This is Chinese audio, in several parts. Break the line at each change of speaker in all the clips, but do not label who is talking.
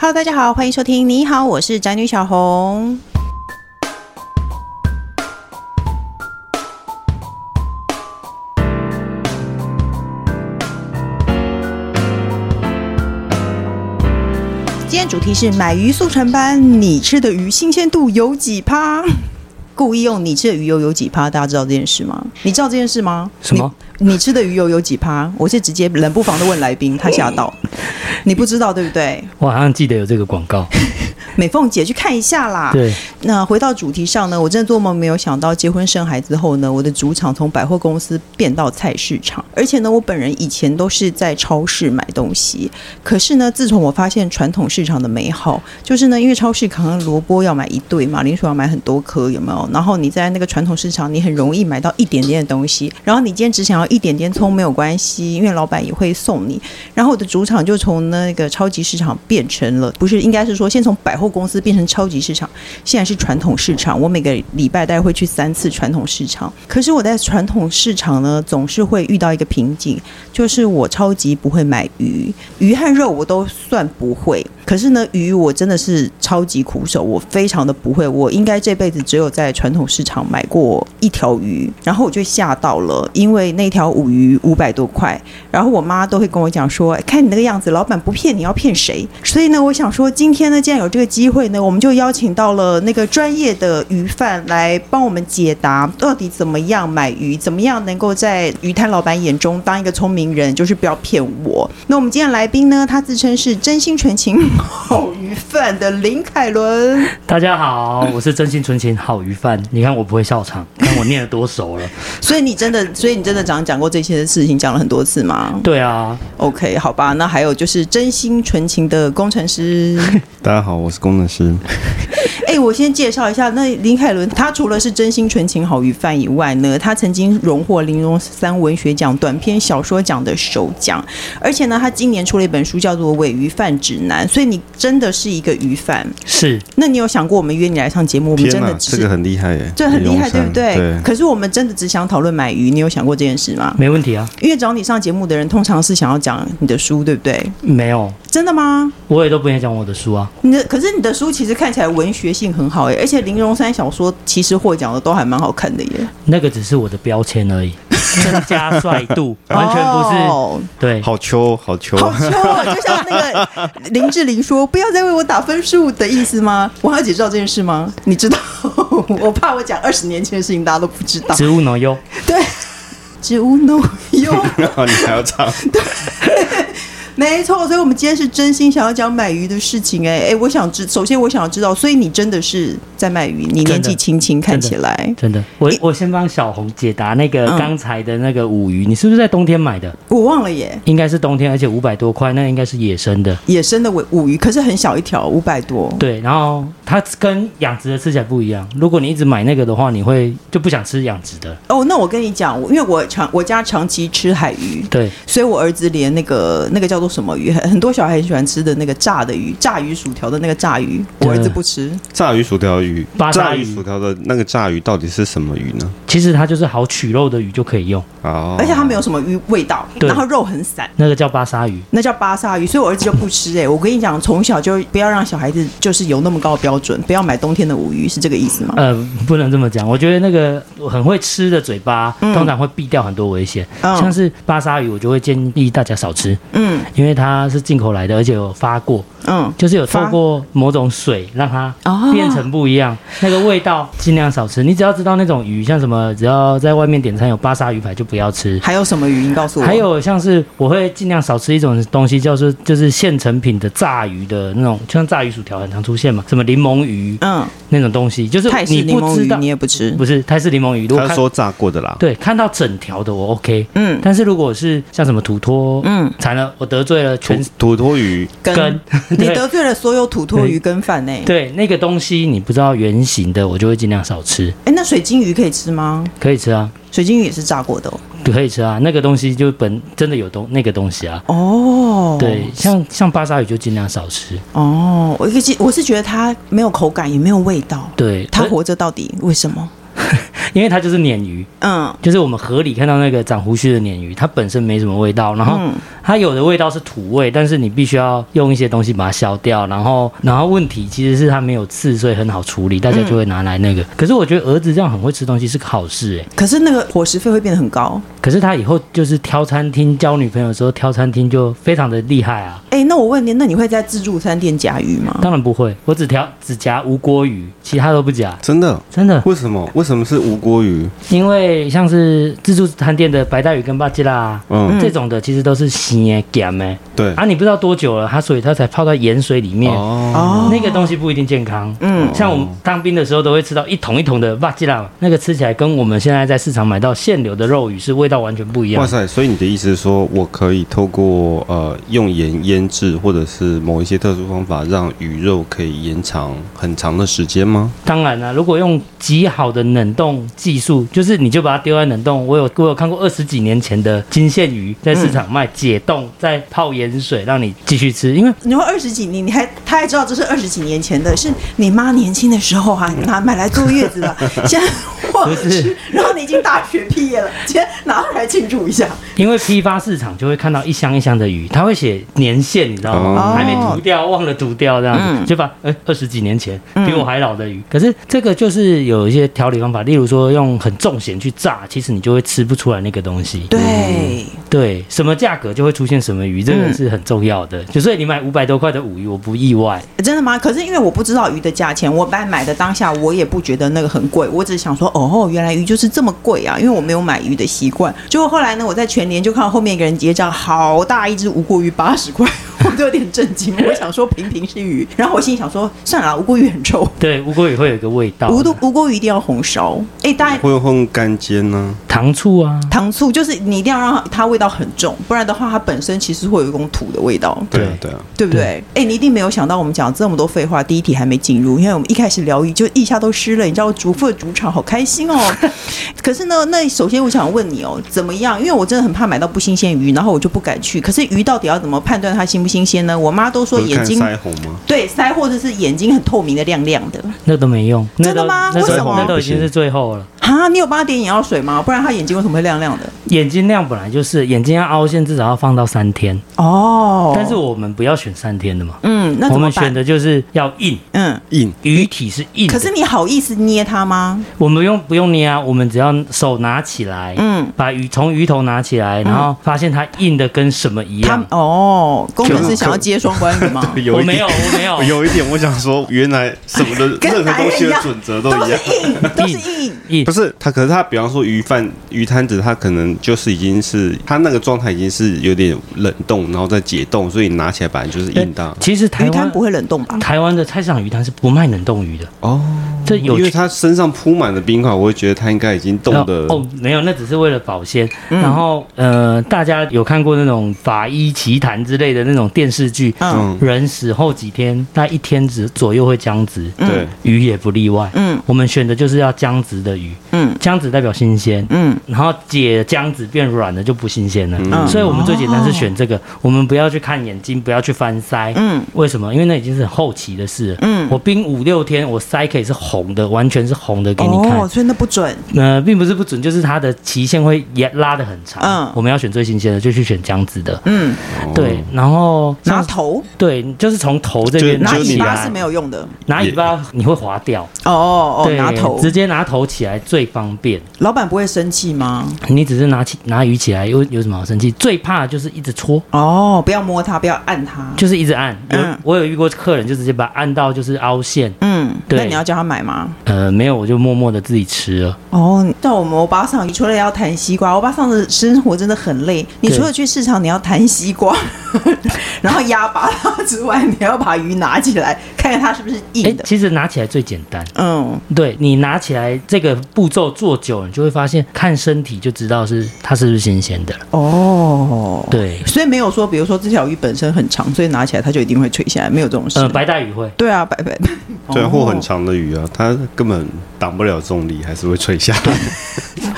Hello，大家好，欢迎收听。你好，我是宅女小红。今天主题是买鱼速成班，你吃的鱼新鲜度有几趴？故意用你吃的鱼油有几趴？大家知道这件事吗？你知道这件事吗？
什么
你？你吃的鱼油有几趴？我是直接冷不防的问来宾，他吓到。你不知道对不对？
我好像记得有这个广告，
美凤姐去看一下啦。
对，
那回到主题上呢，我真的做梦没有想到，结婚生孩子后呢，我的主场从百货公司变到菜市场，而且呢，我本人以前都是在超市买东西，可是呢，自从我发现传统市场的美好，就是呢，因为超市可能萝卜要买一对嘛，马铃薯要买很多颗，有没有？然后你在那个传统市场，你很容易买到一点点的东西，然后你今天只想要一点点葱没有关系，因为老板也会送你。然后我的主场就从那个超级市场变成了，不是应该是说先从百货公司变成超级市场，现在是传统市场。我每个礼拜大概会去三次传统市场，可是我在传统市场呢，总是会遇到一个瓶颈，就是我超级不会买鱼，鱼和肉我都算不会。可是呢，鱼我真的是超级苦手，我非常的不会。我应该这辈子只有在传统市场买过一条鱼，然后我就吓到了，因为那条五鱼五百多块，然后我妈都会跟我讲说，哎看你那个样子，老板不骗你要骗谁？所以呢，我想说，今天呢，既然有这个机会呢，我们就邀请到了那个专业的鱼贩来帮我们解答，到底怎么样买鱼，怎么样能够在鱼摊老板眼中当一个聪明人，就是不要骗我。那我们今天的来宾呢，他自称是真心纯情好鱼贩的林凯伦。
大家好，我是真心纯情好鱼贩。你看我不会笑场，看我念得多熟了。
所以你真的，所以你真的讲讲过这些事情，讲了很多次吗
对啊，
？OK，好吧。那还有就是真心纯情的工程师。
大家好，我是工程师。
哎、我先介绍一下，那林凯伦他除了是真心纯情好鱼贩以外呢，他曾经荣获玲珑三文学奖短篇小说奖的首奖，而且呢，他今年出了一本书叫做《伪鱼贩指南》，所以你真的是一个鱼贩。
是
那你有想过我们约 你来上节目，我们
天
真
哪
的，只
这
是、
个很厉害耶，
这很厉害，对不对？
李荣山
可是我们真的只想讨论买鱼，你有想过这件事吗？
没问题啊，
因为找你上节目的人通常是想要讲你的书，对不对？
没有，
真的吗？
我也都不愿意讲我的书啊。
你的可是你的书其实看起来文学性很好哎、而且林荣山小说其实获奖的都还蛮好看的耶，
那个只是我的标签而已，增加帅度，完全不是。
哦
对
对，好秋，好 秋，
好秋啊！就像那个林志玲说“不要再为我打分数”的意思吗？王小姐知道这件事吗？你知道，我怕我讲二十年前的事情大家都不 知道。
植物农优，
对，植物农用。
然后你还要唱，
没错，所以我们今天是真心想要讲买鱼的事情、哎哎，我想知，首先我想知道，所以你真的是在卖鱼？你年纪轻轻，看起来
真的，我
你
我先帮小红解答那个
嗯
刚才的那个五鱼，你是不是在冬天买的？
我忘了耶。
应该是冬天，而且五百多块，那应该是野生的。
野生的尾五鱼，可是很小一条，五百多。
对，然后它跟养殖的吃起来不一样。如果你一直买那个的话，你会就不想吃养殖的。
哦，那我跟你讲，我因为我长我家长期吃海鱼，
对，
所以我儿子连那个那个叫做什么鱼，很很多小孩很喜欢吃的那个炸的鱼，炸鱼薯条的那个炸鱼，我
对
儿子不吃。
炸鱼薯条鱼
巴，扎
炸
鱼
鱼薯条的那个炸鱼到底是什么鱼呢？
其实它就是好取肉的鱼就可以用，
哦，
而且它没有什么鱼味道，
对
然后肉很散，
那个叫巴沙鱼。
那叫巴沙鱼，所以我儿子就不吃、欸。哎，我跟你讲，从小就不要让小孩子就是有那么高的标准，不要买冬天的五鱼，是这个意思吗？
呃，不能这么讲。我觉得那个很会吃的嘴巴，通常会避掉很多危险。
嗯
呃像是巴沙鱼，我就会建议大家少吃，
嗯
因为它是进口来的，而且有发过，
嗯，
就是有
发
透过某种水让它
哦
变成不一样，那个味道尽量少吃。你只要知道那种鱼，像什么，只要在外面点餐有巴沙鱼排就不要吃。
还有什么鱼？你告诉我。
还有像是我会尽量少吃一种东西，叫做就是现成品的炸鱼的那种，就像炸鱼薯条很常出现嘛，什么柠檬鱼
嗯，
那种东西，就是
泰式
你
柠
不
檬
知
鱼
道
你，也不吃。
不是泰式柠檬鱼，如果
他
看
说炸过的啦，
对看到整条的我 OK，
嗯
但是如果是像什么土托，
嗯，
惨了，我得罪了全
土土托鱼，
根
跟，你
对
得罪了所有土托鱼跟饭呢、欸。
对那个东西你不知道原型的，我就会尽量少吃，
哎、那水晶鱼可以吃吗？
可以吃啊。
水晶鱼也是炸过的哦。
可以吃啊，那个东西就本真的有东那个东西啊，
哦，
对，像像巴沙鱼就尽量少吃，
哦，我一个我是觉得它没有口感，也没有味道，
对，
它活着到底为什么？
因为它就是鲶鱼，
嗯
就是我们河里看到那个长胡须的鲶鱼，它本身没什么味道，然后
嗯
它有的味道是土味，但是你必须要用一些东西把它消掉，然后然后问题其实是它没有刺，所以很好处理，大家就会拿来那个。可是我觉得儿子这样很会吃东西是个好事诶、
可是那个伙食费会变得很高。
可是他以后就是挑餐厅交女朋友的时候挑餐厅就非常的厉害啊。
哎、那我问你，那你会在自助餐店夹鱼吗？
当然不会，我只挑只夹无锅鱼，其他都不夹。
真的？
真的，
为什么？为什么是无锅鱼？
因为像是自助餐店的白带鱼跟巴吉拉、啊
嗯，
这种的，其实都是咸的、咸的
对。
啊，你不知道多久了，它所以它才泡在盐水里面，
哦，
哦，
那个东西不一定健康。
嗯
像我们当兵的时候都会吃到一桶一桶的巴吉拉，那个吃起来跟我们现在在市场买到现流的肉鱼是味道完全不一
哇
样。
塞！所以你的意思是说，我可以透过呃用盐腌制，或者是某一些特殊方法，让鱼肉可以延长很长的时间吗？
当然啦、如果用极好的冷冻技术，就是你就把它丢在冷冻。我有我有看过二十几年前的金线鱼在市场卖，解冻再泡盐水让你继续吃，因为
你会二十几年，你还他还知道这是二十几年前的，是你妈年轻的时候啊，拿买来坐月子的，现在我
不是
吃， 然后你已经大学毕业了，先拿回来庆祝一下。
因为批发市场就会看到一箱一箱的鱼，它会写年限，你知道吗？
哦
还没涂掉，忘了涂掉这样子，
嗯
就把呃二十几年前比我还老的鱼。可是这个就是有一些调理方法，例如说用很重咸去炸，其实你就会吃不出来那个东西。
对，
对，什么价格就会出现什么鱼，这个
嗯
是很重要的。就所以你买五百多块的五鱼，我不意外。
真的吗？可是因为我不知道鱼的价钱，我买买的当下我也不觉得那个很贵，我只想说哦，原来鱼就是这么贵啊，因为我没有买鱼的习惯。结果后来呢，我在全年就看到后面一个人结账，好大一只无骨鱼，八十块，我都有点震惊。我想说平平是鱼，然后我心里想说算了啦，无骨鱼很臭，
对，乌龟也会有一个味道，
无骨无骨鱼一定要红烧。哎、大家
会用干煎呢、
糖醋啊。
糖醋就是你一定要让它味道很重，不然的话它本身其实会有一种土的味道。
对啊，
对
对啊，
对不对？哎、你一定没有想到我们讲这么多废话，第一题还没进入，因为我们一开始聊鱼就一下都湿了，你知道我主妇的主场好开心 哦。可是呢，那首先我想问你哦，怎么样？因为我真的很怕买到不新鲜鱼，然后我就不敢去。可是鱼到底要怎么判断它新不新鲜呢？我妈都说
不是
眼
看
睛
腮红吗？
对腮或者是眼睛很透明的亮亮的。
那都没用，那
真的
都
吗
那
为
都
什么
那都已经是最后了。
哈，你有帮她点眼药水吗？不然她眼睛为什么会亮亮的？
眼睛亮本来就是眼睛要凹陷，至少要放到三天，
哦，
但是我们不要选三天的嘛，
嗯，那
我
怎么
们选
办？
的就是要硬，
嗯，
硬
鱼体是硬的。
可是你好意思捏它吗？
我们用不用捏啊？我们只要手拿起来，
嗯。
把鱼从鱼头拿起来，然后发现它硬的跟什么一
他
样。
哦，工程师想要接双关语吗？
我 没有，我没有，
有一点，我想说，原来什么的
跟
任何
男
东
人
西
一
的
样
准则都
都
一
是
样。
硬，都是硬。
硬
不是他，可是他，比方说鱼贩、鱼摊子，他可能就是已经是他那个状态已经是有点冷冻，然后再解冻，所以你拿起来本来就是硬的啊。
其实台
鱼摊
湾
不会冷冻吧？
台湾的菜市场鱼摊是不卖冷冻鱼的，
哦，
这有
因为
趣。
他身上铺满了冰块，我会觉得他应该已经冻的
哦，没有，那只是为了保鲜。
嗯
然后呃，大家有看过那种法医奇谈之类的那种电视剧，
嗯
嗯，
人死后几天，大概一天之左右会僵直，
对，
鱼也不例外。
嗯
我们选的就是要僵直的鱼，
嗯
僵直代表新鲜，
嗯，
然后解僵直变软了就不新鲜了。
嗯哦
所以我们最简单是选这个，我们不要去看眼睛，不要去翻鳃。
嗯
为什么？因为那已经是很后期的事了。
嗯
我冰五六天，我鳃可以是红的，完全是红的给你看。
哦，所以那不准。
呃，并不是不准，就是它的期限会也拉得很长。
嗯
我们要选最新鲜的，就去选姜子的。
嗯，
哦
对，然后
拿
像
头
对，就是从头这边
就
拿
就
尾
你
巴
拿
是没有用的。
拿尾巴你会滑掉，
哦哦哦，
对，
拿头。
直接拿头起来最方便。
老板不会生气吗？
你只是拿起拿鱼起来，有有什么好生气？最怕就是一直搓，
哦，不要摸它，不要按它。
就是一直按。有、
嗯
我有遇过客人就直接把它按到就是凹陷，
嗯，
对
那你要叫他买吗？
呃，没有我就默默的自己吃了。
哦，到我们欧巴桑，你除了要谈西瓜，欧巴桑的生活真的很累。你
对
除了去市场，你要谈西 瓜，然后压巴它之外，你还要把鱼拿起来，看看它是不是
哎、
硬的。
其实拿起来最简单。
嗯，
对你拿起来这个步骤做久了，你就会发现看身体就知道是它是不是新鲜的了。
哦，
对，
所以没有说，比如说这条鱼本身很长，所以拿起来它就一定会垂下来，没有这种事。
呃呃，白带鱼会，
对啊，白白，
对啊，或很
长。
长的鱼啊，它根本挡不了重力，还是会垂下来。
哦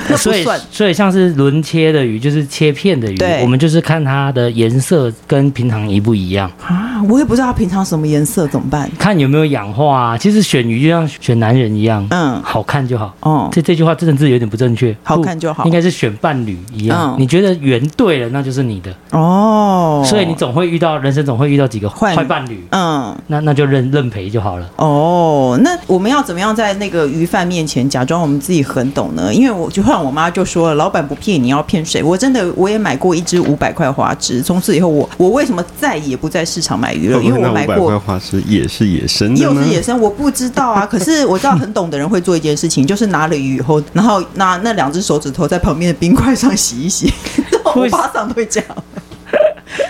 那不
所以
算。
所以像是轮切的鱼，就是切片的鱼
对，
我们就是看它的颜色跟平常一不一样，
啊，我也不知道它平常什么颜色，怎么办？
看有没有氧化啊。其实选鱼就像选男人一样，
嗯，
好看就好。
哦，
这这句话真的是有点不正确，
好看就好
不应该是选伴侣一样。
嗯
你觉得缘对了，那就是你的，
哦，
所以你总会遇到，人生总会遇到几个
坏
坏伴侣，
嗯。
那那就认认赔就好了。
哦，那我们要怎么样在那个鱼贩面前假装我们自己很懂呢？因为我就像我妈就说了，老板不骗你，要骗谁？我真的我也买过一只五百块花枝，从此以后我我为什么再也不在市场买鱼了？因为
哦 那
我买
五百
过
块花是也是野生的
又
呢
是。野生，我不知道啊。可是我知道很懂的人会做一件事情，就是拿了鱼以后，然后拿那两只手指头在旁边的冰块上洗一洗。 我爸上都会这样。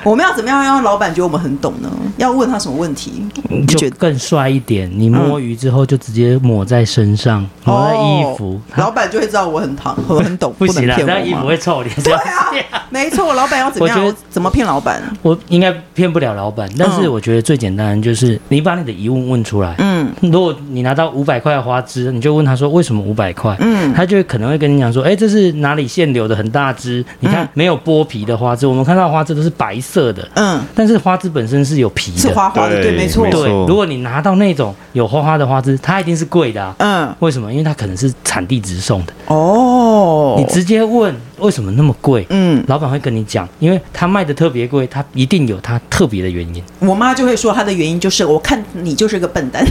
我们要怎么样让老板觉得我们很懂呢？要问他什么问题？你觉
就
得？
更帅一点。你摸鱼之后就直接抹在身上，
哦
抹在衣服，
老板就会知道我很堂， 我很懂，
不
能
行啊啦，
骗
这样衣
我
服
吗？
会臭脸。
对啊，没错，老板要怎么样？
我
我
觉得
怎么骗老板？
我应该骗不了老板，但是
嗯
我觉得最简单的就是你把你的疑问问出来。
嗯
如果你拿到五百块的花枝，你就问他说为什么五百块，
嗯
他就会可能会跟你讲说，哎、这是哪里现流的很大枝，你看、没有剥皮的花枝，我们看到的花枝都是白色的，
嗯，
但是花枝本身是有皮
是
的。
花花的，对，
对
没错
没，
对
错，
如果你拿到那种有花花的花枝，它一定是贵的啊。
嗯，
为什么？因为它可能是产地直送的。
哦，
你直接问为什么那么贵，
嗯，
老板会跟你讲，因为他卖的特别贵，他一定有他特别的原因。
我妈就会说她的原因就是我看你就是个笨蛋。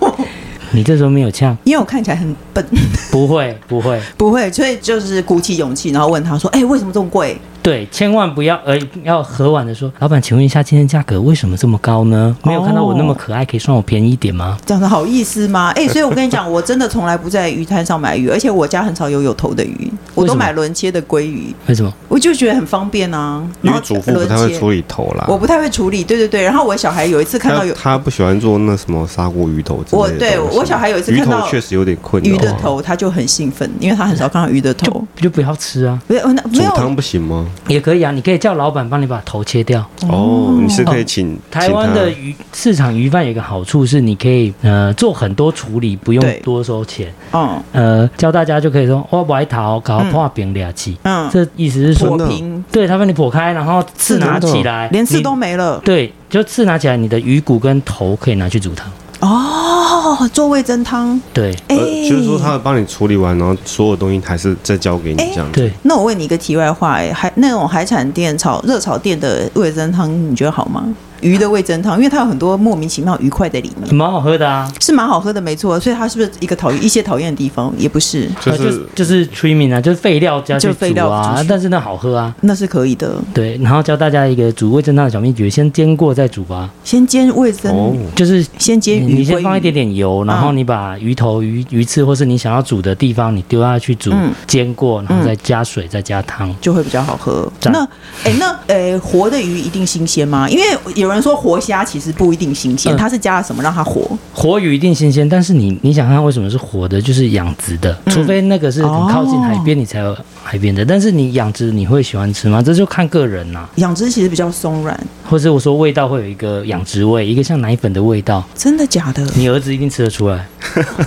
你这时候没有呛，
因为我看起来很笨，
不会不会，
不会，所以就是鼓起勇气，然后问他说：“哎、为什么这么贵
对，千万不要呃要和婉的说，老板，请问一下今天价格为什么这么高呢？没有看到我那么可爱，可以算我便宜一点吗？”？
这样子好意思吗？ 哎、所以我跟你讲，我真的从来不在鱼摊上买鱼，而且我家很少有有头的鱼，我
为
都
什么
买轮切的鲑鱼，
为什么？
我就觉得很方便啊。
因
然后
为主妇不太
轮
会
切
处理头啦，
我不太会处理，对对对。然后我小孩有一次看到
他
有
他不喜欢做那什么砂锅鱼头之类
我
的
对
东西
我小孩有一次
鱼
看
头
到
确实有点困扰。
鱼的，头，他就很兴奋，因为他很少看到鱼的头。
就不要吃啊，
没有，那没
煮
有
汤不行吗？
也可以啊，你可以叫老板帮你把头切掉。
哦，你是可以请
台湾的
请
鱼市场鱼贩有一个好处是，你可以呃做很多处理，不
对
用多收钱。
嗯
呃，教大家就可以说我白桃搞破饼俩起，
嗯，
这意思是
破
说，
真的
平
对，他帮你剖开，然后刺拿
真的
起来，
连刺
你
都没了
对，就刺拿起来，你的鱼骨跟头可以拿去煮汤。
哦，做味增汤。
对
哎、
他，呃就是说他帮你处理完，然后所有东西还是再交给你
哎
这样子。
对，
那我问你一个题外话、哎，海那种海产店炒热炒店的味增汤，你觉得好吗？鱼的味增汤，因为它有很多莫名其妙鱼块在里面，
蛮好喝的啊。
是蛮好喝的，没错。所以它是不是一个讨厌一些讨厌的地方？也不是，
就
呃
是
就是 trimming 啊，就是废料加去
就废
煮
料煮
啊
去，
但是那好喝啊。
那是可以的。
对，然后教大家一个煮味噌汤的小秘诀，先煎过再煮吧。
先煎味增，
哦，
就是
先煎
你
鱼，
你先放一点
点，
点油，然后
嗯
你把鱼头、鱼鱼刺或是你想要煮的地方，你丢下去煮
嗯，
煎过，然
嗯
后再加水，再加汤。
就会比较好喝。
赞
那哎、那哎、活的鱼一定新鲜吗？因为有人说活虾其实不一定新鲜，
嗯
它是加了什么让它活？
活鱼一定新鲜，但是你你想看为什么是活的，就是养殖的，除非那个是很靠近海边，你才有海边的。但是你养殖，你会喜欢吃吗？这就看个人啦、
养殖其实比较松软，
或是我说味道会有一个养殖味，一个像奶粉的味道，
真的假 的？
你儿子一定吃得出来，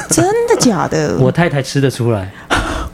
真的假的？
我太太吃得出来。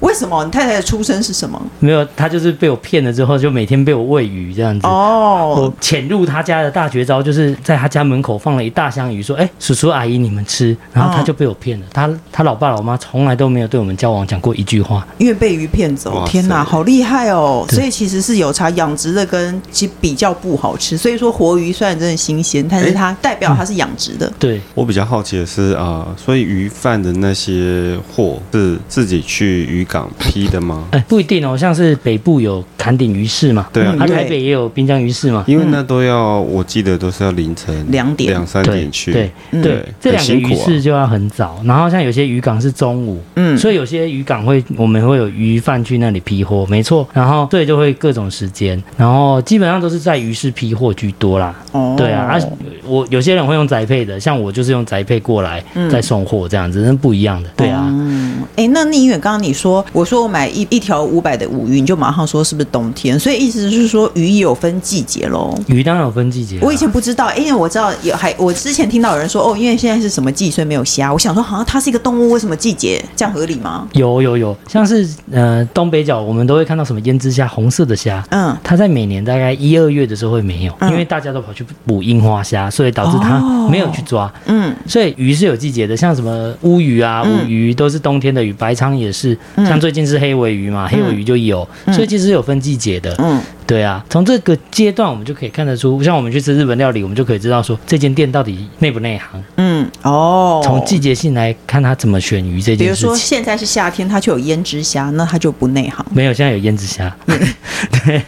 为什么你太太的出身是什么？
没有，她就是被我骗了之后，就每天被 我喂鱼这样子。
哦
我，潜入他家的大绝招，就是在他家门口放了一大箱鱼，说：“哎、叔叔阿姨，你们吃。”然后他就被我骗了。他他老爸老妈从来都没有对我们交往讲过一句话。
因为被鱼骗走，
哇
天哪，
塞
好厉害哦！
对
所以其实是有差，养殖的跟其实比较不好吃。所以说活鱼虽然真的新鲜，但是它代表它是养殖的。
对，
我比较好奇的是啊、呃所以鱼贩的那些货是自己去渔港批的吗？
哎、不一定哦，像是北部有坎顶鱼市嘛，
对啊
嗯，
啊，
对
台北也有滨江鱼市嘛。
因为那都要，我记得都是要凌晨
两点
两三
对
点去。
对
嗯
对，这两个
很辛苦
鱼
啊
市就要很早，然后像有些渔港是中午，
嗯，
所以有些渔港会，我们会有鱼贩去那里批货，没错。然后对，就会各种时间，然后基本上都是在鱼市批货居多啦。
哦
对啊，啊我有些人会用宅配的，像我就是用宅配过来
嗯哦
再送货这样子，那不一样的。对啊，
嗯，哎、那宁远，刚刚你说说，我说我买一一条五百的五鱼，你就马上说是不是冬天？所以意思是说鱼也有分季节喽。
鱼当然有分季节啊、
我以前不知道，因为我知道有还我之前听到有人说哦，因为现在是什么季，所以没有虾。我想说，好像它是一个动物，为什么季节这样合理吗？
有有有，像是呃东北角，我们都会看到什么胭脂虾，红色的虾。
嗯，
它在每年大概一二月的时候会没有，
嗯
因为大家都跑去捕樱花虾，所以导致它
哦
没有去抓。
嗯
所以鱼是有季节的，像什么乌鱼啊、
嗯
五鱼都是冬天的鱼，白鲳也是，
嗯
像最近是黑尾鱼嘛，黑尾鱼就有，所以其实有分季节的。
嗯，
对啊，从这个阶段我们就可以看得出，像我们去吃日本料理，我们就可以知道说这间店到底内不内行，
嗯，哦，
从季节性来看它怎么选鱼这
比如
件事
说
情。
现在是夏天，它就有胭脂虾，那它就不内行。
没有，现在有胭脂虾，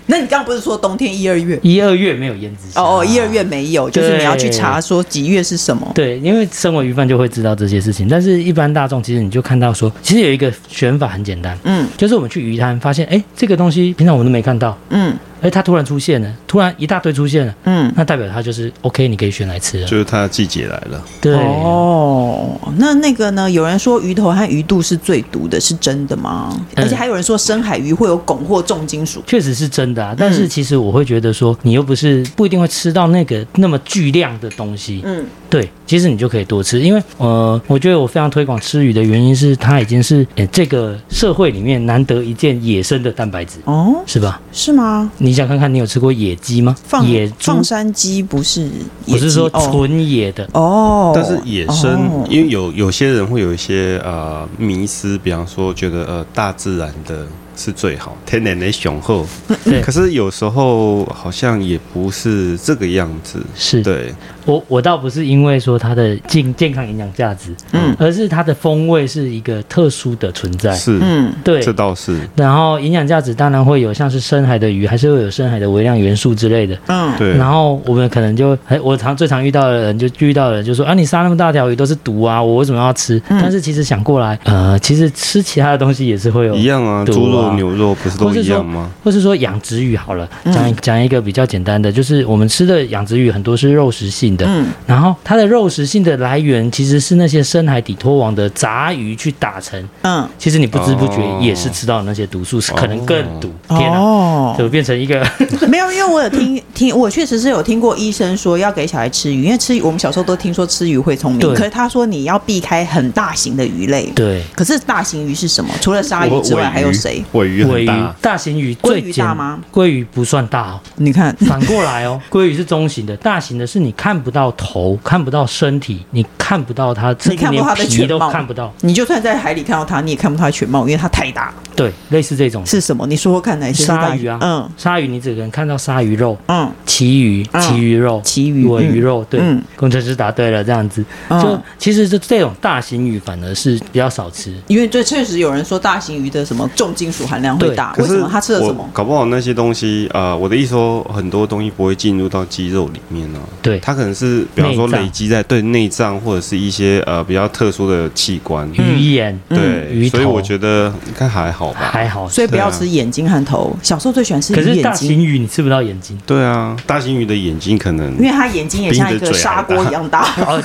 那你刚刚不是说冬天一二月？
一二月没有胭脂虾。
哦哦，一二月。没有，就是
对
你要去查说几月是什么。
对，因为身为鱼贩就会知道这些事情，但是一般大众其实你就看到说，其实有一个选法很简单，
嗯
就是我们去鱼摊发现，哎，这个东西平常我们都没看到，
嗯
哎，它突然出现了，突然一大堆出现了，
嗯，
那代表它就是 OK，你可以选来吃了。
就是它的季节来了。
对，
哦，那那个呢？有人说鱼头和鱼肚是最毒的，是真的吗？
嗯
而且还有人说深海鱼会有汞或重金属。
确实是真的啊。但是其实我会觉得说，你又不是不一定会吃到那个那么巨量的东西。
嗯
对，其实你就可以多吃，因为呃，我觉得我非常推广吃鱼的原因是，它已经是呃这个社会里面难得一见野生的蛋白质。
哦，
是吧？
是吗？
你想看看你有吃过野鸡吗？
放
野猪
放山鸡不是野鸡？
我是说
哦
纯野的，
哦，
但是野生，
哦
因为有有些人会有一些呃迷思，比方说觉得呃大自然的是最好，天然的雄厚。
嗯
对
可是有时候好像也不是这个样子。
是
对，
我我倒不是因为说它的健健康营养价值，
嗯
而是它的风味是一个特殊的存在。
是，
嗯
对，
这倒是
然后营养价值当然会有，像是深海的鱼，还是会有深海的微量元素之类的。
嗯
对。
然后我们可能就，哎，我常最常遇到的人就遇到的人就说啊，你杀那么大条鱼都是毒啊，我为什么要吃？
嗯
但是其实想过来，呃，其实吃其他的东西也是会有
一，样啊，
对啊
猪肉、牛肉不是都一样吗？
或是说养殖鱼好了，
嗯
讲讲一个比较简单的，就是我们吃的养殖鱼很多是肉食性的，
嗯
然后它的肉食性的来源其实是那些深海底拖网的杂鱼去打成，
嗯，
其实你不知不觉
哦
也是吃到那些毒素，是可能更毒。天啊！
哦
就变成 一个
没有，因为我有听听，我确实是有听过医生说要给小孩吃鱼，因为吃鱼我们小时候都听说吃鱼会聪明，
对
可是他说你要避开很大型的鱼类。
对
可是大型鱼是什么？除了鲨鱼之外，还有谁？？
尾鱼
鲑
很
鱼
大，
大型鱼
鲑鱼
最简
大吗？
鲑鱼不算大哦，
你看，
反过来 哦，鲑鱼是中型的，大型的是你看不到头，看不到身体，你看不到它，甚
你
至
看不
连
到它的
皮
全
都
貌
看不到。
你就算在海里看到它，你也看不到它全貌，因为它太大。
对，类似这种
是什么？你说说看，哪些是大
鲨鱼啊，
嗯
鲨鱼你只能看到鲨鱼肉、
嗯，
旗鱼、
嗯
旗鱼肉、
旗鱼
尾鱼
嗯
肉。对
嗯，
工程师答对了，这样子。
嗯
就其实就这种大型鱼反而是比较少吃，
因为这确实有人说大型鱼的什么重金属含量会大，
可
为什
是
么？它吃了什
我
么？
搞不好那些东西，呃，我的意思说，很多东西不会进入到肌肉里面呢、啊。
对
它可能是，比方说
内脏
累积在对内脏或者是一些呃比较特殊的器官。
鱼眼
嗯
嗯鱼
对，所以
头
我觉得应该还好吧。
还好。
所以不要
对啊
吃眼睛和头。小时候最喜欢吃
可是
眼
大
睛，
型鱼你吃不到眼睛。
对啊，大型鱼的眼睛可能
因为它眼睛也像一
比你
个
的嘴
砂
还大
锅一样 大。
哦，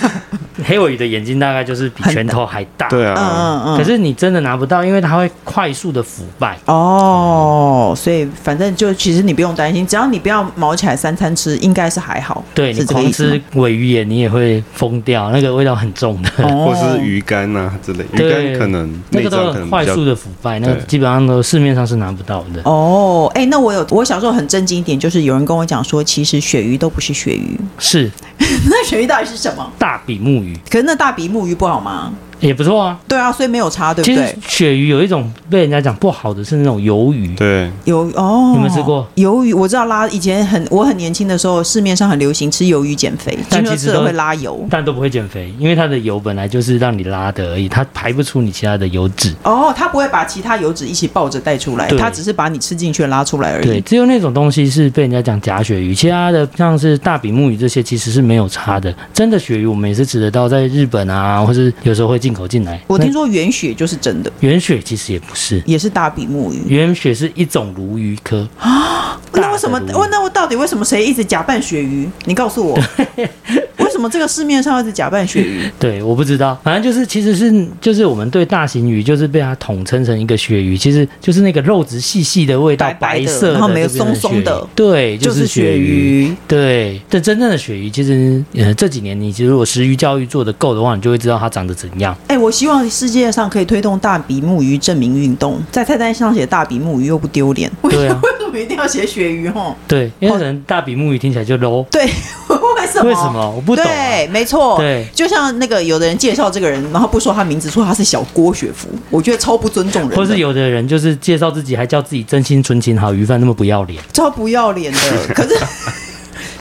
黑尾鱼的眼睛大概就是比
很大
拳头还大。
对
嗯
啊，
嗯嗯。
可是你真的拿不到，因为它会快速的腐败。
哦，所以反正就其实你不用担心，只要你不要毛起来三餐吃，应该是还好。
对你
是这个意
狂
思
吃
吗。
尾鱼眼，你也会疯掉，那个味道很重的。
哦
或是鱼干啊之类，鱼
嗯对
干可能
那
内
个都
脏可能
很
比
快
较
速的腐败，那个
对
基本上都市面上是拿不到的。
哦，哎、那我有我小时候很震惊一点，就是有人跟我讲说，其实鳕鱼都不是鳕鱼，
是
那鳕鱼到底是什么？
大比目鱼
可是那大比目鱼不好吗？
也不错啊。
对啊，所以没有差，对不
其实
对？
鳕鱼有一种被人家讲不好的是那种鱿鱼，
对，
鱿鱼哦，
你有没有吃过
鱿鱼？我知道拉，以前很我很年轻的时候，市面上很流行吃鱿鱼减肥，
但
听说
其实
吃了
都
会拉油。
但都不会减肥，因为它的油本来就是让你拉的而已，它排不出你其他的油脂。
哦，它不会把其他油脂一起抱着带出来，
对
它只是把你吃进去拉出来而
对，
已。
只有那种东西是被人家讲假鳕鱼，其他的像是大比目鱼这些其实是没有差的。真的鳕鱼我们也是吃得到，在日本啊，或是有时候会进口进来。
我听说原血就是真的，
那原鳕其实也不是，
也是大比目鱼。
原鳕是一种鲈鱼科，
那
大的
为什么
鲈鱼？
问那我到底为什么谁一直假扮鳕鱼？你告诉我，为什么这个市面上要是假扮鳕鱼？
对，我不知道，反正就是其实是就是我们对大型鱼就是被它统称成一个鳕鱼，其实就是那个肉质细细的味道，
白白的
色
然后没有
就变成
松松的
鳕鱼对，
就是是
鳕
鳕。鱼，
对，但真正的鳕鱼其实呃这几年你其实如果食鱼教育做得够的话，你就会知道它长得怎样。
哎、我希望世界上可以推动大比目鱼证明运动，在菜单上写大比目鱼又不丢脸，为
对啊
为什么一定要写鳕鱼？吼，
对，因为可能大比目鱼听起来就 low，
对， 为什么？
为什么我不懂
哦
啊
对，没错，
对
就像那个有的人介绍这个人，然后不说他名字，说他是小郭雪芙，我觉得超不尊重人的，
或是有的人就是介绍自己还叫自己真心纯情好鱼贩，那么不要脸。
超不要脸的。 可是，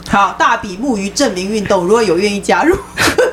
好，大比目鱼证明运动，如果有愿意加入，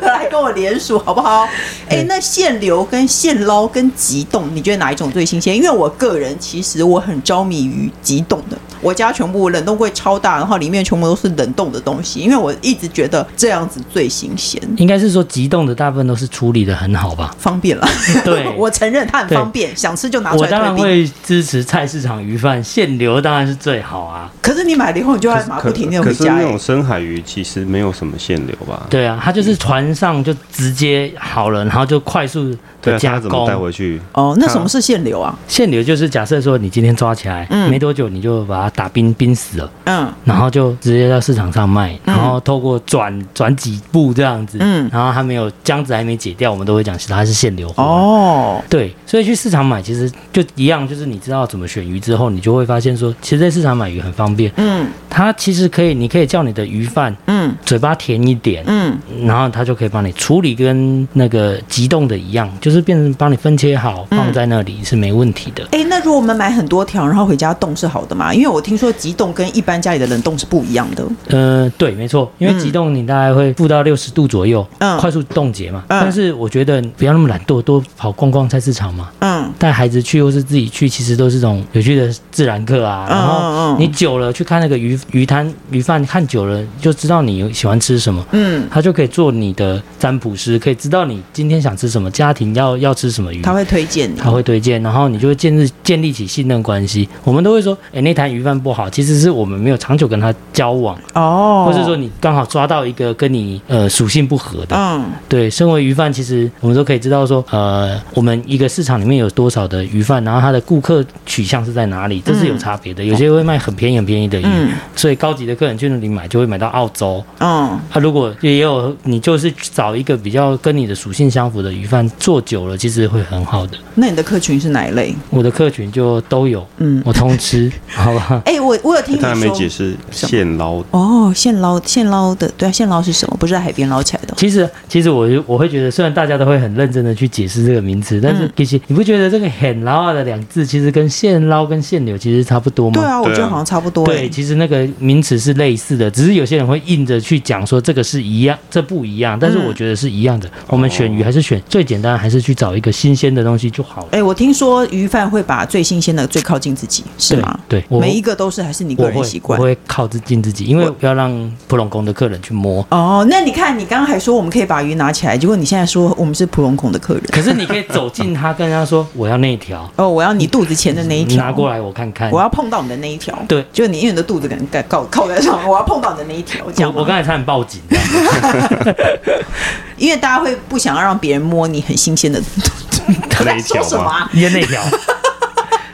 来跟我联署好不好？哎、
对
那现流跟现捞跟急冻，你觉得哪一种最新鲜？因为我个人其实我很着迷于急冻的，我家全部冷冻柜超大，然后里面全部都是冷冻的东西，因为我一直觉得这样子最新鲜。
应该是说急冻的大部分都是处理的很好吧？
方便了，
嗯对
我承认它很方便，想吃就拿出
我
来
当然
退冰。
会支持菜市场鱼贩，现流当然是最好啊。
可是你买了以后，你就要马
可
不停蹄地
可
回
是
家、
那
欸
种。深海鱼其实没有什么限流吧？
对啊，它
嗯
就是船上就直接好了，然后就快速的
对啊，它
加
怎么带
工。
回去？
哦，那
嗯
什么是现流啊？
现流就是假设说你今天抓起来，没多久你就把它打冰冰死了，
嗯，
然后就直接到市场上卖，然后透过转转几步这样子，
嗯
然后它没有浆子还没解掉，我们都会讲是它是现流货。啊
哦，
对，所以去市场买其实就一样，就是你知道怎么选鱼之后，你就会发现说，其实在市场买鱼很方便。
嗯
它其实可以，你可以叫你的鱼贩
嗯
嘴巴甜一点，
嗯，
然后它就可以帮你处理跟那个急冻的一样，就是变成帮你分切好放在那里是没问题的。
哎、那如果我们买很多条，然后回家冻是好的吗？因为我听说急冻跟一般家里的冷冻是不一样的。
呃，对，没错，因为急冻你大概会负到六十度左右，
嗯
快速冻结嘛。
嗯
但是我觉得不要那么懒惰，多跑逛逛菜市场嘛。
嗯，
带孩子去或是自己去，其实都是这种有趣的自然课啊。
嗯
然后你久了去看那个鱼鱼摊鱼贩，看久了就知道你喜欢吃什么。
嗯，
他就可以做你的占卜师，可以知道你今天想吃什么，家庭要要吃什么鱼，
嗯他会推荐你
他。会推荐，然后你就会建立建立起信任关系。我们都会说，哎，那摊鱼贩不好，其实是我们没有长久跟他交往，
哦，
或是说，你刚好抓到一个跟你呃属性不合的。
嗯
对，身为鱼贩，其实我们都可以知道说，呃，我们一个市场里面有多少的鱼贩，然后他的顾客取向是在哪里，这是有差别的。有些会卖很便宜很便宜的鱼，
嗯
所以高级的客人去那里买就会买到澳洲。
嗯，
他、如果也有你就是找一个比较跟你的属性相符的鱼贩做久了，其实会很好的。
那你的客群是哪一类？
我的客群就都有，
嗯
我通吃，好 吧？
哎、我我有听你
他还没解
说。
释
什么
现捞
哦，现捞现捞的，对啊，现捞是什么？不是在海边捞起来的。
其实，其实我我会觉得，虽然大家都会很认真的去解释这个名词，但是
嗯
其实你不觉得这个“很捞啊”的两字，其实跟“现捞”跟“现流”其实差不多吗？
对啊，我觉
对
得
啊
好像差不多、
对，
欸。
其实那个名词是类似的，只是有些人会硬着去讲说这个是一样，这不一样，
嗯
但是我觉得是一样的。我们选鱼还是选最简单，还是去找一个新鲜的东西就好了。
哎、我听说鱼贩会把最新鲜的最靠近自己，是
对
吗？
对，我
每一个都是还是你
我
个人
会
习
我
惯。
会靠近自己，因为
我
不要让普龙宫的客人去摸。
哦，那你看，你刚刚还说我们可以把鱼拿起来，结果你现在说我们是普龙孔的客人。
可是你可以走近他，跟他说我要那一条，
哦，我要你肚子前的那一
你
条，
拿过来我看看。
我要碰到你的那一条。
对
就你因为你的肚子可能盖靠靠在上，我要碰到你的那一条，这样
我
吗
我刚才差点报 警，啊
因为大家会不想要让别人摸你很新鲜的
那一条
说什么、
吗？
啊？
因为那条，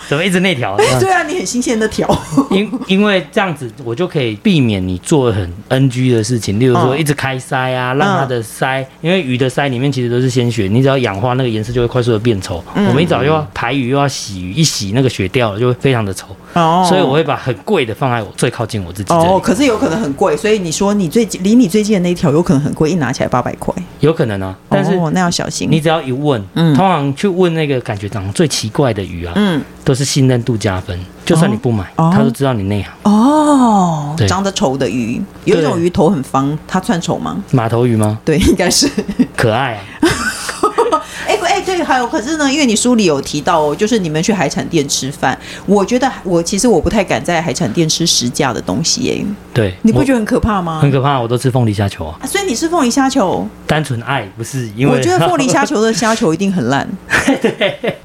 怎么一直那条？这样
对啊，你很新鲜的 条，
因因为这样子，我就可以避免你做很 NG 的事情，例如说
嗯
一直开鳃啊，让它的鳃，因为鱼的鳃里面其实都是鲜血，你只要氧化，那个颜色就会快速的变稠。
嗯
我们一早又要排鱼，又要洗鱼，一洗那个血掉了，就会非常的稠。
哦
所以我会把很贵的放在我最靠近我自己这里，
哦，可是有可能很贵，所以你说你最离你最近的那一条有可能很贵，一拿起来八百块，
有可能啊，但是。
哦、那要小心。
你只要一问，
嗯
通常去问那个感觉长得最奇怪的鱼啊，
嗯
都是信任度加分。就算你不买，
哦
他都知道你内行。
哦
对，
长得丑的鱼，有一种
对
鱼头很方，它算丑吗？
码头鱼吗？
对，应该是。
可爱啊，
哎、不哎、对，还有可是呢，因为你书里有提到哦，就是你们去海产店吃饭，我觉得我其实我不太敢在海产店吃实价的东西耶，
对，
你不
我
觉得很可怕吗
很？可怕？我都吃凤梨虾球啊，
啊所以你吃凤梨虾球，
单纯爱不是因为
我觉得 凤梨虾球的虾球一定很烂。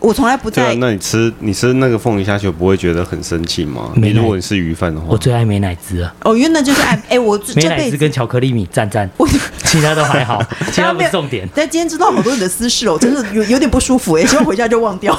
我从来不
对啊
在，
那你吃你吃那个凤梨虾球不会觉得很生气吗？
没
你
有
如果你是鱼贩的话
我，最爱美乃滋了，
哦，因为那就是爱。哎，我
美
这
乃
辈
滋
子
跟巧克力米赞赞，
我。
其他都 还好，其他不是重点。
但今天知道好多你的私事哦，真的有有点不舒服哎、希望回家就忘掉。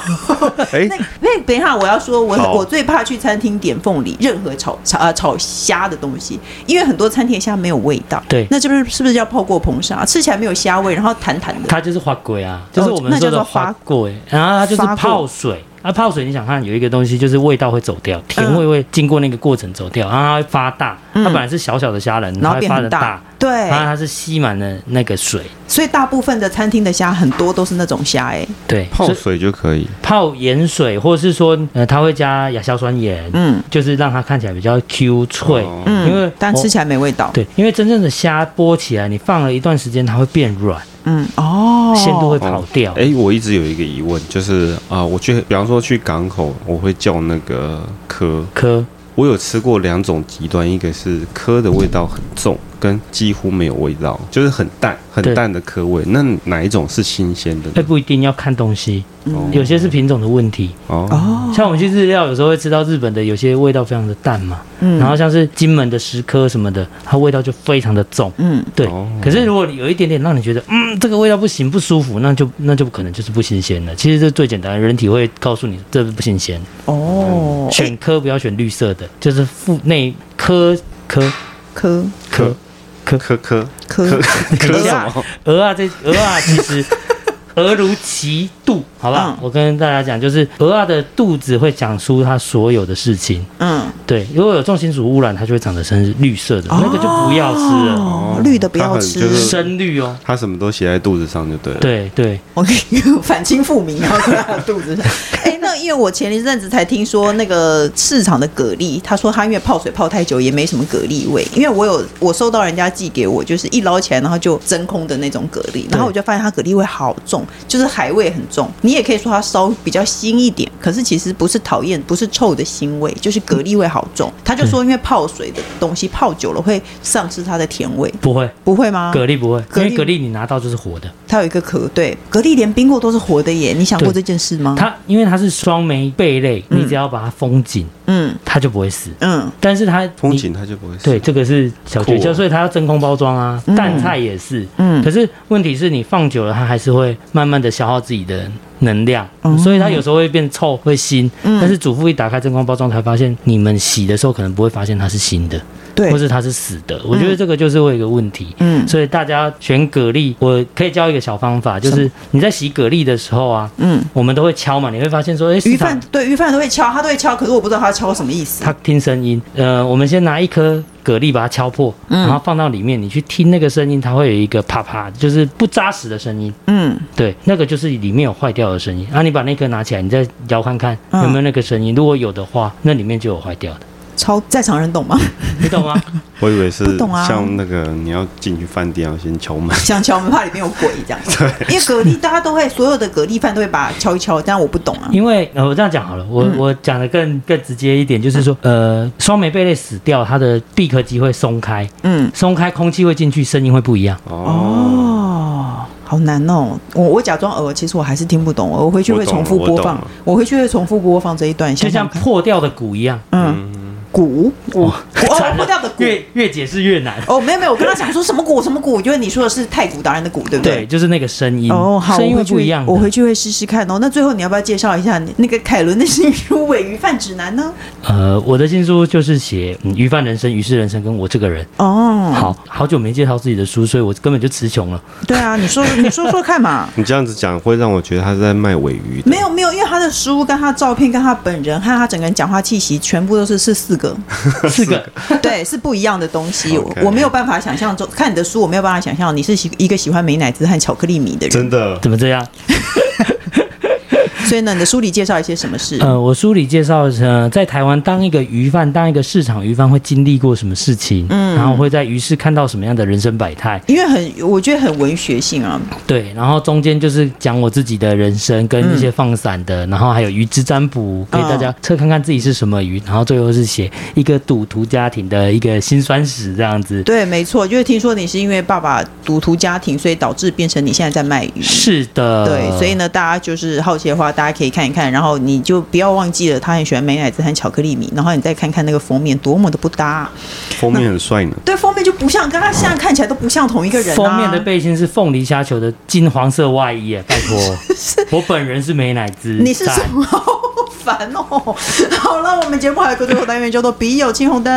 哎
那那等一下，我要说，我
好
我最怕去餐厅点凤梨，任何炒炒呃炒虾的东西，因为很多餐厅的虾没有味道。
对
那这不是是不是叫泡过硼砂？吃起来没有虾味，然后弹弹的。
它就是花龟啊，就是我们
哦那叫
说
做
的花龟，然后它就是
发过
泡水。啊，泡水你想看有一个东西，就是味道会走掉，
嗯
甜味会经过那个过程走掉，然后它会发大。它本来是小小的虾仁，
然后
嗯它会
变
发
很
的
大
大，，
对，
然后它是吸满了那个水，
所以大部分的餐厅的虾很多都是那种虾，哎，
对，
泡
所以
水就可以。
泡盐水，或是说呃，它会加亚硝酸盐，
嗯
就是让它看起来比较 Q 脆，
哦
嗯，
因为
但
我
吃起来没味道，
对，因为真正的虾剥起来，你放了一段时间，它会变软，
嗯，哦，
鲜度会跑掉。
哎、我一直有一个疑问，就是啊、我去，比方说去港口，我会叫那个科。
颗
我有吃过两种极端，一个是科的味道很重，跟几乎没有味道，就是很淡很
对
淡的科味。那哪一种是新鲜的呢？
哎不一定要看东西，
哦
呃有些是品种的问题。
哦，
哦，
像我们去日料，有时候会吃到日本的有些味道非常的淡嘛，
嗯
然后像是金门的石科什么的，它味道就非常的重。
嗯，
对
哦，
可是如果你有一点点让你觉得，嗯，这个味道不行，不舒服，那就那就可能就是不新鲜了。其实这最简单，人体会告诉你这不新鲜。
哦，哎
选科不要选绿色的，就是腹内科科
科
科。
科科
科
科科
等一
什
下
么？
鹅啊，这鹅啊， 其实鹅如其肚，好不好？
嗯
我跟大家讲，就是鹅啊的肚子会讲出它所有的事情。
嗯，
对，如果有重金属污染，它就会长得成绿色的，那个就不要吃了，
哦
哦
绿的不
它
要
很
吃，
就是
深绿哦。
它什么都写在肚子上就对了。，
对对，
我可以反清复明，然后在他的肚子上。哎、那因为我前一阵子才听说那个市场的蛤蜊，他说他因为泡水泡太久也没什么蛤蜊味，因为我有我收到人家寄给我，就是一捞起来然后就真空的那种蛤蜊，然后我就发现它蛤蜊味好重，就是海味很重。你也可以说它烧比较腥一点，可是其实不是讨厌，不是臭的腥味，就是蛤蜊味好重。他就说因为泡水的东西泡久了会丧失它的甜味，
不会，
不会吗？
蛤蜊不会，
蛤
因
蜊
为蛤蜊你拿到就是活的。
它有一个壳，对，蛤蜊连冰过都是活的耶。你想过这
对
件事吗？
它因为它是双酶贝类，
嗯
你只要把它封紧，
嗯
它就不会死。
嗯
但是它
风
你
景它就不会死。
对，这个是小
酷
诀窍，
哦
所以它要真空包装啊，蛋菜也是。
嗯
可是问题是你放久了，它还是会慢慢的消耗自己的能量
哦，
所以它有时候会变臭、会腥。
嗯
但是主妇一打开真空包装，才发现你们洗的时候可能不会发现它是新的，
对
或，是它是死的。我觉得这个就是会有一个问题。
嗯
所以大家选蛤蜊，我可以教一个小方法，就
什
是你在洗蛤蜊的时候啊，
嗯，
我们都会敲嘛，你会发现说，哎、
鱼
市场
贩对鱼贩都会敲，他都会敲，可是我不知道他敲什么意思。
它听声音。呃，我们先拿一颗蛤蜊把它敲破，
嗯
然后放到里面，你去听那个声音，它会有一个啪啪，就是不扎实的声音。
嗯，
对，那个就是里面有坏掉的声音。那、啊你把那颗拿起来，你再摇看看
嗯
有没有那个声音。如果有的话，那里面就有坏掉 的，
敲在场人懂吗？
你懂吗？
我以为是
不懂啊
像那个你要进去饭店要先敲门。
想敲门怕里面有鬼这 样。因为蛤蜊大家都会，所有的蛤蜊贩都会把它敲一敲，但我不懂啊。
因为呃，我这样讲好了，我、
嗯
我讲的更更直接一点，就是说，呃，双莓贝类死掉，它的闭壳肌会松开，
嗯，
松开空气会进去，声音会不一样。
哦，
哦，好难哦。我我假装呃，其实我还是听不懂，我回去会重复
我懂
播
了
放
我懂了，
我回去会重复播放这一段，
就
想
像
想看。
破掉的鼓一样，
嗯，鼓鼓哦，
惨了
破掉的鼓。
越越解释越难。
哦，没有没有，我跟他讲说什么鼓什么鼓，我觉得你说的是太鼓达人的鼓，对不
对，
对？
就是那个声音，
哦，好，
声音
我
会
回去
不一样的。
我回去会试试看哦。那最后你要不要介绍一下你那个凯伦的新书《尾鱼饭指南》呢？
呃，我的新书就是写嗯鱼贩人生、鱼是人生跟我这个人。
哦，，
好好久没介绍自己的书，所以我根本就词 穷了。
对啊，你说你说说看嘛。
你这样子讲会让我觉得他是在卖尾鱼的。
没有没有，因为他的书跟他的照片、跟他本人和他整个人讲话气息，全部都是是四 个，
四个，
对，是不一样的东西。我
OK
我没有办法想象中，看你的书，我没有办法想象你是喜一个喜欢美乃滋和巧克力米的人。
真的，
怎么这样？
所以呢，你的书里介绍一些什么事？
呃，我书里介绍，呃，在台湾当一个鱼贩，当一个市场鱼贩会经历过什么事情，嗯，然后会在鱼市看到什么样的人生百态，
因为很，我觉得很文学性啊，
对，然后中间就是讲我自己的人生跟一些放散的，
嗯
然后还有鱼之占卜，给大
哦
家测看看自己是什么鱼，然后最后是写一个赌徒家庭的一个辛酸史这样子。
对，没错，就是听说你是因为爸爸赌徒家庭，所以导致变成你现在在卖鱼。
是的，
对，所以呢，大家就是好奇的话，大家可以看一看，然后你就不要忘记了，他很喜欢美乃滋和巧克力米，然后你再看看那个封面多么的不搭，
封面很帅 呢。
对，封面就不像，跟他现在看起来都不像同一个人、啊。
封面的背心是凤梨虾球的金黄色外衣耶，拜 托，我本人是美乃滋，
你是
赞
什么？好烦哦！好了，我们节目还有个最后单元叫做“笔友青红灯”。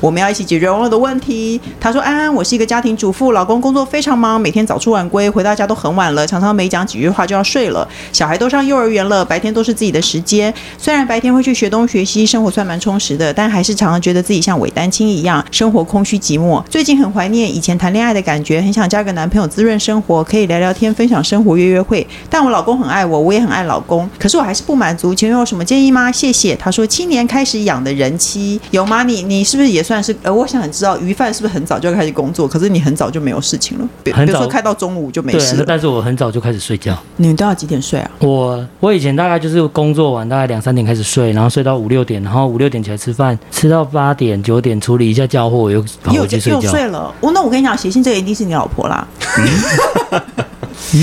我们要一起解决网友的问题。他说：“安安，我是一个家庭主妇，老公工作非常忙，每天早出晚归，回到家都很晚了，常常没讲几句话就要睡了。小孩都上幼儿园了，白天都是自己的时间。虽然白天会去学东学西，生活算蛮充实的，但还是常常觉得自己像伪单亲一样，生活空虚寂寞。最近很怀念以前谈恋爱的感觉，很想交个男朋友滋润生活，可以聊聊天，分享生活，约约会。但我老公很爱我，我也很爱老公，可是我还是不满足。请问有什么建议吗？谢谢。”他说：“七年开始养的人妻有吗？你你是不是也算是？呃，我想知道鱼贩是不是很早就开始工作？可是你很早就没有事情了，比比
很
如
早
说开到中午就没
对
事，
那
了。
但是我很早就开始睡觉。
你们都要几点睡啊？
我我以前大概就是工作完大概两三点开始睡，然后睡到五六点，然后五六点起来吃饭，吃到八点九点处理一下交货，我又跑
又
回去睡
又
觉。嗯
睡了。哦，那我跟你讲，写信这个一定是你老婆啦，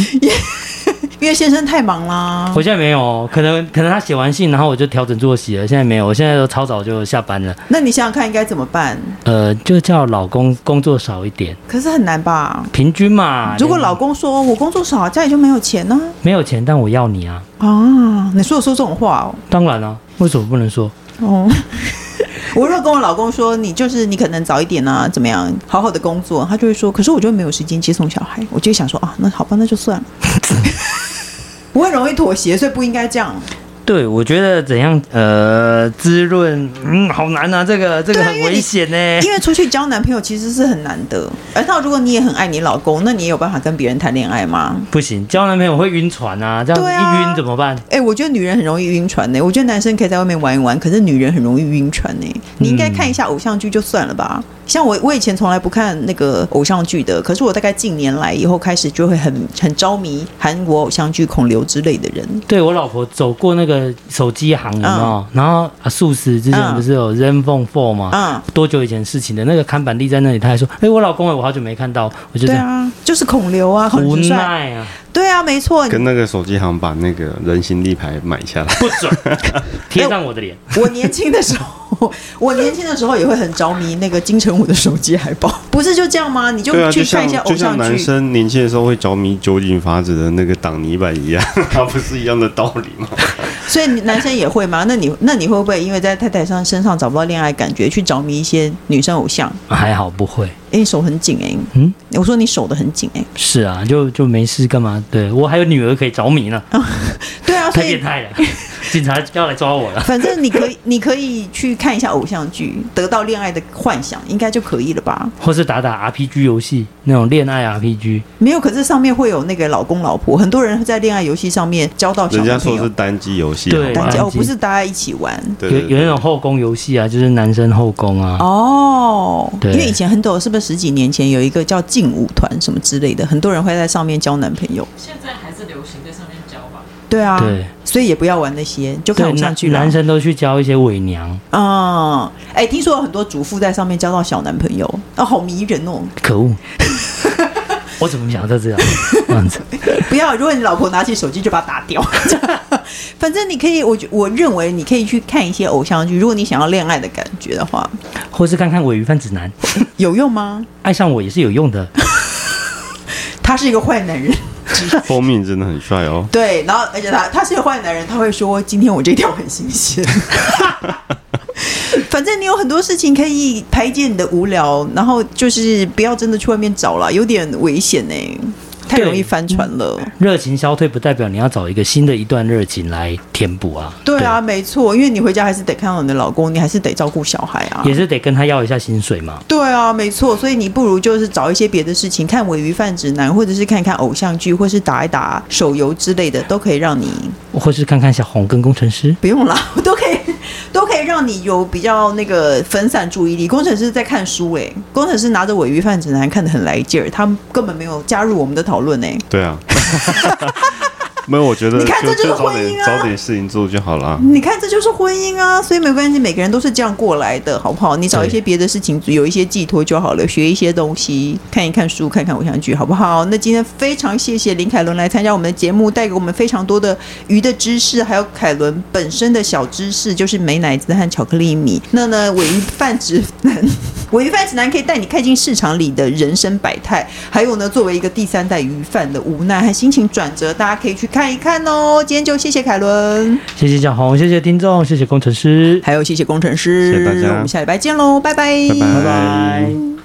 因为先生太忙啦
我。现在没有哦，可能可能他写完信，然后我就调整作息了。现在没有，我现在都超早就下班了。
那你想想看应该怎么办？
呃，就叫老公工作少一点，
可是很难吧？
平均嘛。
如果老公说哦我工作少，家里就没有钱呢、
没有钱，但我要你啊，
啊？你说我说这种话哦。
当然啊，为什么不能说？
哦，我如果跟我老公说你就是你可能早一点啊，怎么样，好好的工作，他就会说，可是我就没有时间接送小孩，我就想说啊，那好吧，那就算了。我很容易妥协，所以不应该这样。
对，我觉得怎样呃滋润，嗯，好难啊，这个这个
对啊
很
因为你
危险呢、
因为出去交男朋友其实是很难的。而到如果你也很爱你老公，那你也有办法跟别人谈恋爱吗？
不行，交男朋友会晕船啊，这样
对啊
一晕怎么办？
哎、我觉得女人很容易晕船呢、我觉得男生可以在外面玩一玩，可是女人很容易晕船呢、你应该看一下偶像剧就算了吧。像我，我以前从来不看那个偶像剧的，可是我大概近年来以后开始就会很很着迷韩国偶像剧孔刘之类的人。
对我老婆走过那个手机行，有没有？然后啊，素食之前
嗯
不是有 Zenfone Four 吗？
啊
嗯，
多久以前事情的？那个看板立在那里，她还说：“哎、我老公哎，我好久没看到。”我就这
对
样
啊，就是孔刘啊，
无
很帅。
奈 啊，
对啊，没错。
跟那个手机行把那个人形立牌买下 来，
不准贴上我的脸。
我年轻的时候， 我年轻的时候也会很着迷那个金城武的手机海报，不是就这样吗？你就
对啊，
去
就
看
像
一下偶
就像
像
男
剧。
生年轻的时候会着迷酒井法子的那个挡泥板 一样，它不是一样的道理吗？
所以男生也会吗？那你那你会不会因为在太太上身上找不到恋爱感觉，去着迷一些女生偶像？
还好不会，
哎、你手很紧哎、
嗯，
我说你手的很紧哎、
是啊，就就没事干嘛？对我还有女儿可以着迷呢，
对啊，所
太变
以
态了，警察要来抓我了。
反正你可以你可以去看一下偶像剧，得到恋爱的幻想，应该就可以了吧？
或是打打 RPG 游戏那种恋爱 RPG，
没有，可是上面会有那个老公老婆，很多人在恋爱游戏上面交到小
人家
男朋
说是
友，
单机游戏，
对
好吧
但
单
哦，不是大家一起玩。
对
有
对
有那种后宫游戏啊，就是男生后宫啊。
哦，因
对
为以前很久，是不是十几年前有一个叫劲舞团什么之类的，很多人会在上面交男朋友。
现在还是流行在上面交吧。
对啊，
对
所以也不要玩那些，就看
对，
偶像
男
剧啊啦
男。生都去交一些伪娘，
嗯，哎、听说有很多主妇在上面交到小男朋友，啊，好迷人哦！
可恶！我怎么想到这样？这样子，
不要，如果你老婆拿起手机就把它打 掉。反正你可以，我觉我认为你可以去看一些偶像剧，如果你想要恋爱的感觉的话，
或是看看《尾鱼贩指南》，
有用吗？
爱上我也是有用的。
他是一个坏男人，
封面真的很帅哦。
对，然后而且他他是一个坏男人，他会说今天我这条很新鲜。 反正你有很多事情可以排解你的无聊，然后就是不要真的去外面找了，有点危险呢、欸太容易翻船了。
热情消退不代表你要找一个新的一段热情来填补啊。
对啊，没错，因为你回家还是得看到你的老公，你还是得照顾小孩啊
对，。也是得跟他要一下薪水嘛。
对啊，没错，所以你不如就是找一些别的事情，看《尾鱼饭指南》，或者是看看偶像剧，或是打一打手游之类的，都可以让你
或是看看小红跟工程师。
不用啦， 都可以，都可以让你有比较那个分散注意力。工程师在看书、欸，工程师拿着《尾鱼饭指南》看得很来劲儿，他们根本没有加入我们的讨论欸呢。
对啊，没有，我觉得
你看
就
这就是
就找
婚
点
姻啊嗯
找点事情做就好了。
你看，这就是婚姻啊，所以没关系，每个人都是这样过来的，好不好？你找一些别的事情，有一些寄托就好了，学一些东西，看一看书，看看偶像剧，好不好？那今天非常谢谢林凯伦来参加我们的节目，带给我们非常多的鱼的知识，还有凯伦本身的小知识，就是美乃滋和巧克力米。那呢，尾鱼泛指南，尾鱼泛指南可以带你看进市场里的人生百态，还有呢，作为一个第三代鱼贩的无奈和心情转折，大家可以去看一看哦。今天就谢谢凯伦。
谢谢小红，谢谢听众，谢谢工程师。
还有谢谢工程师，
谢谢大家
我们下礼拜见喽，拜拜，
拜拜。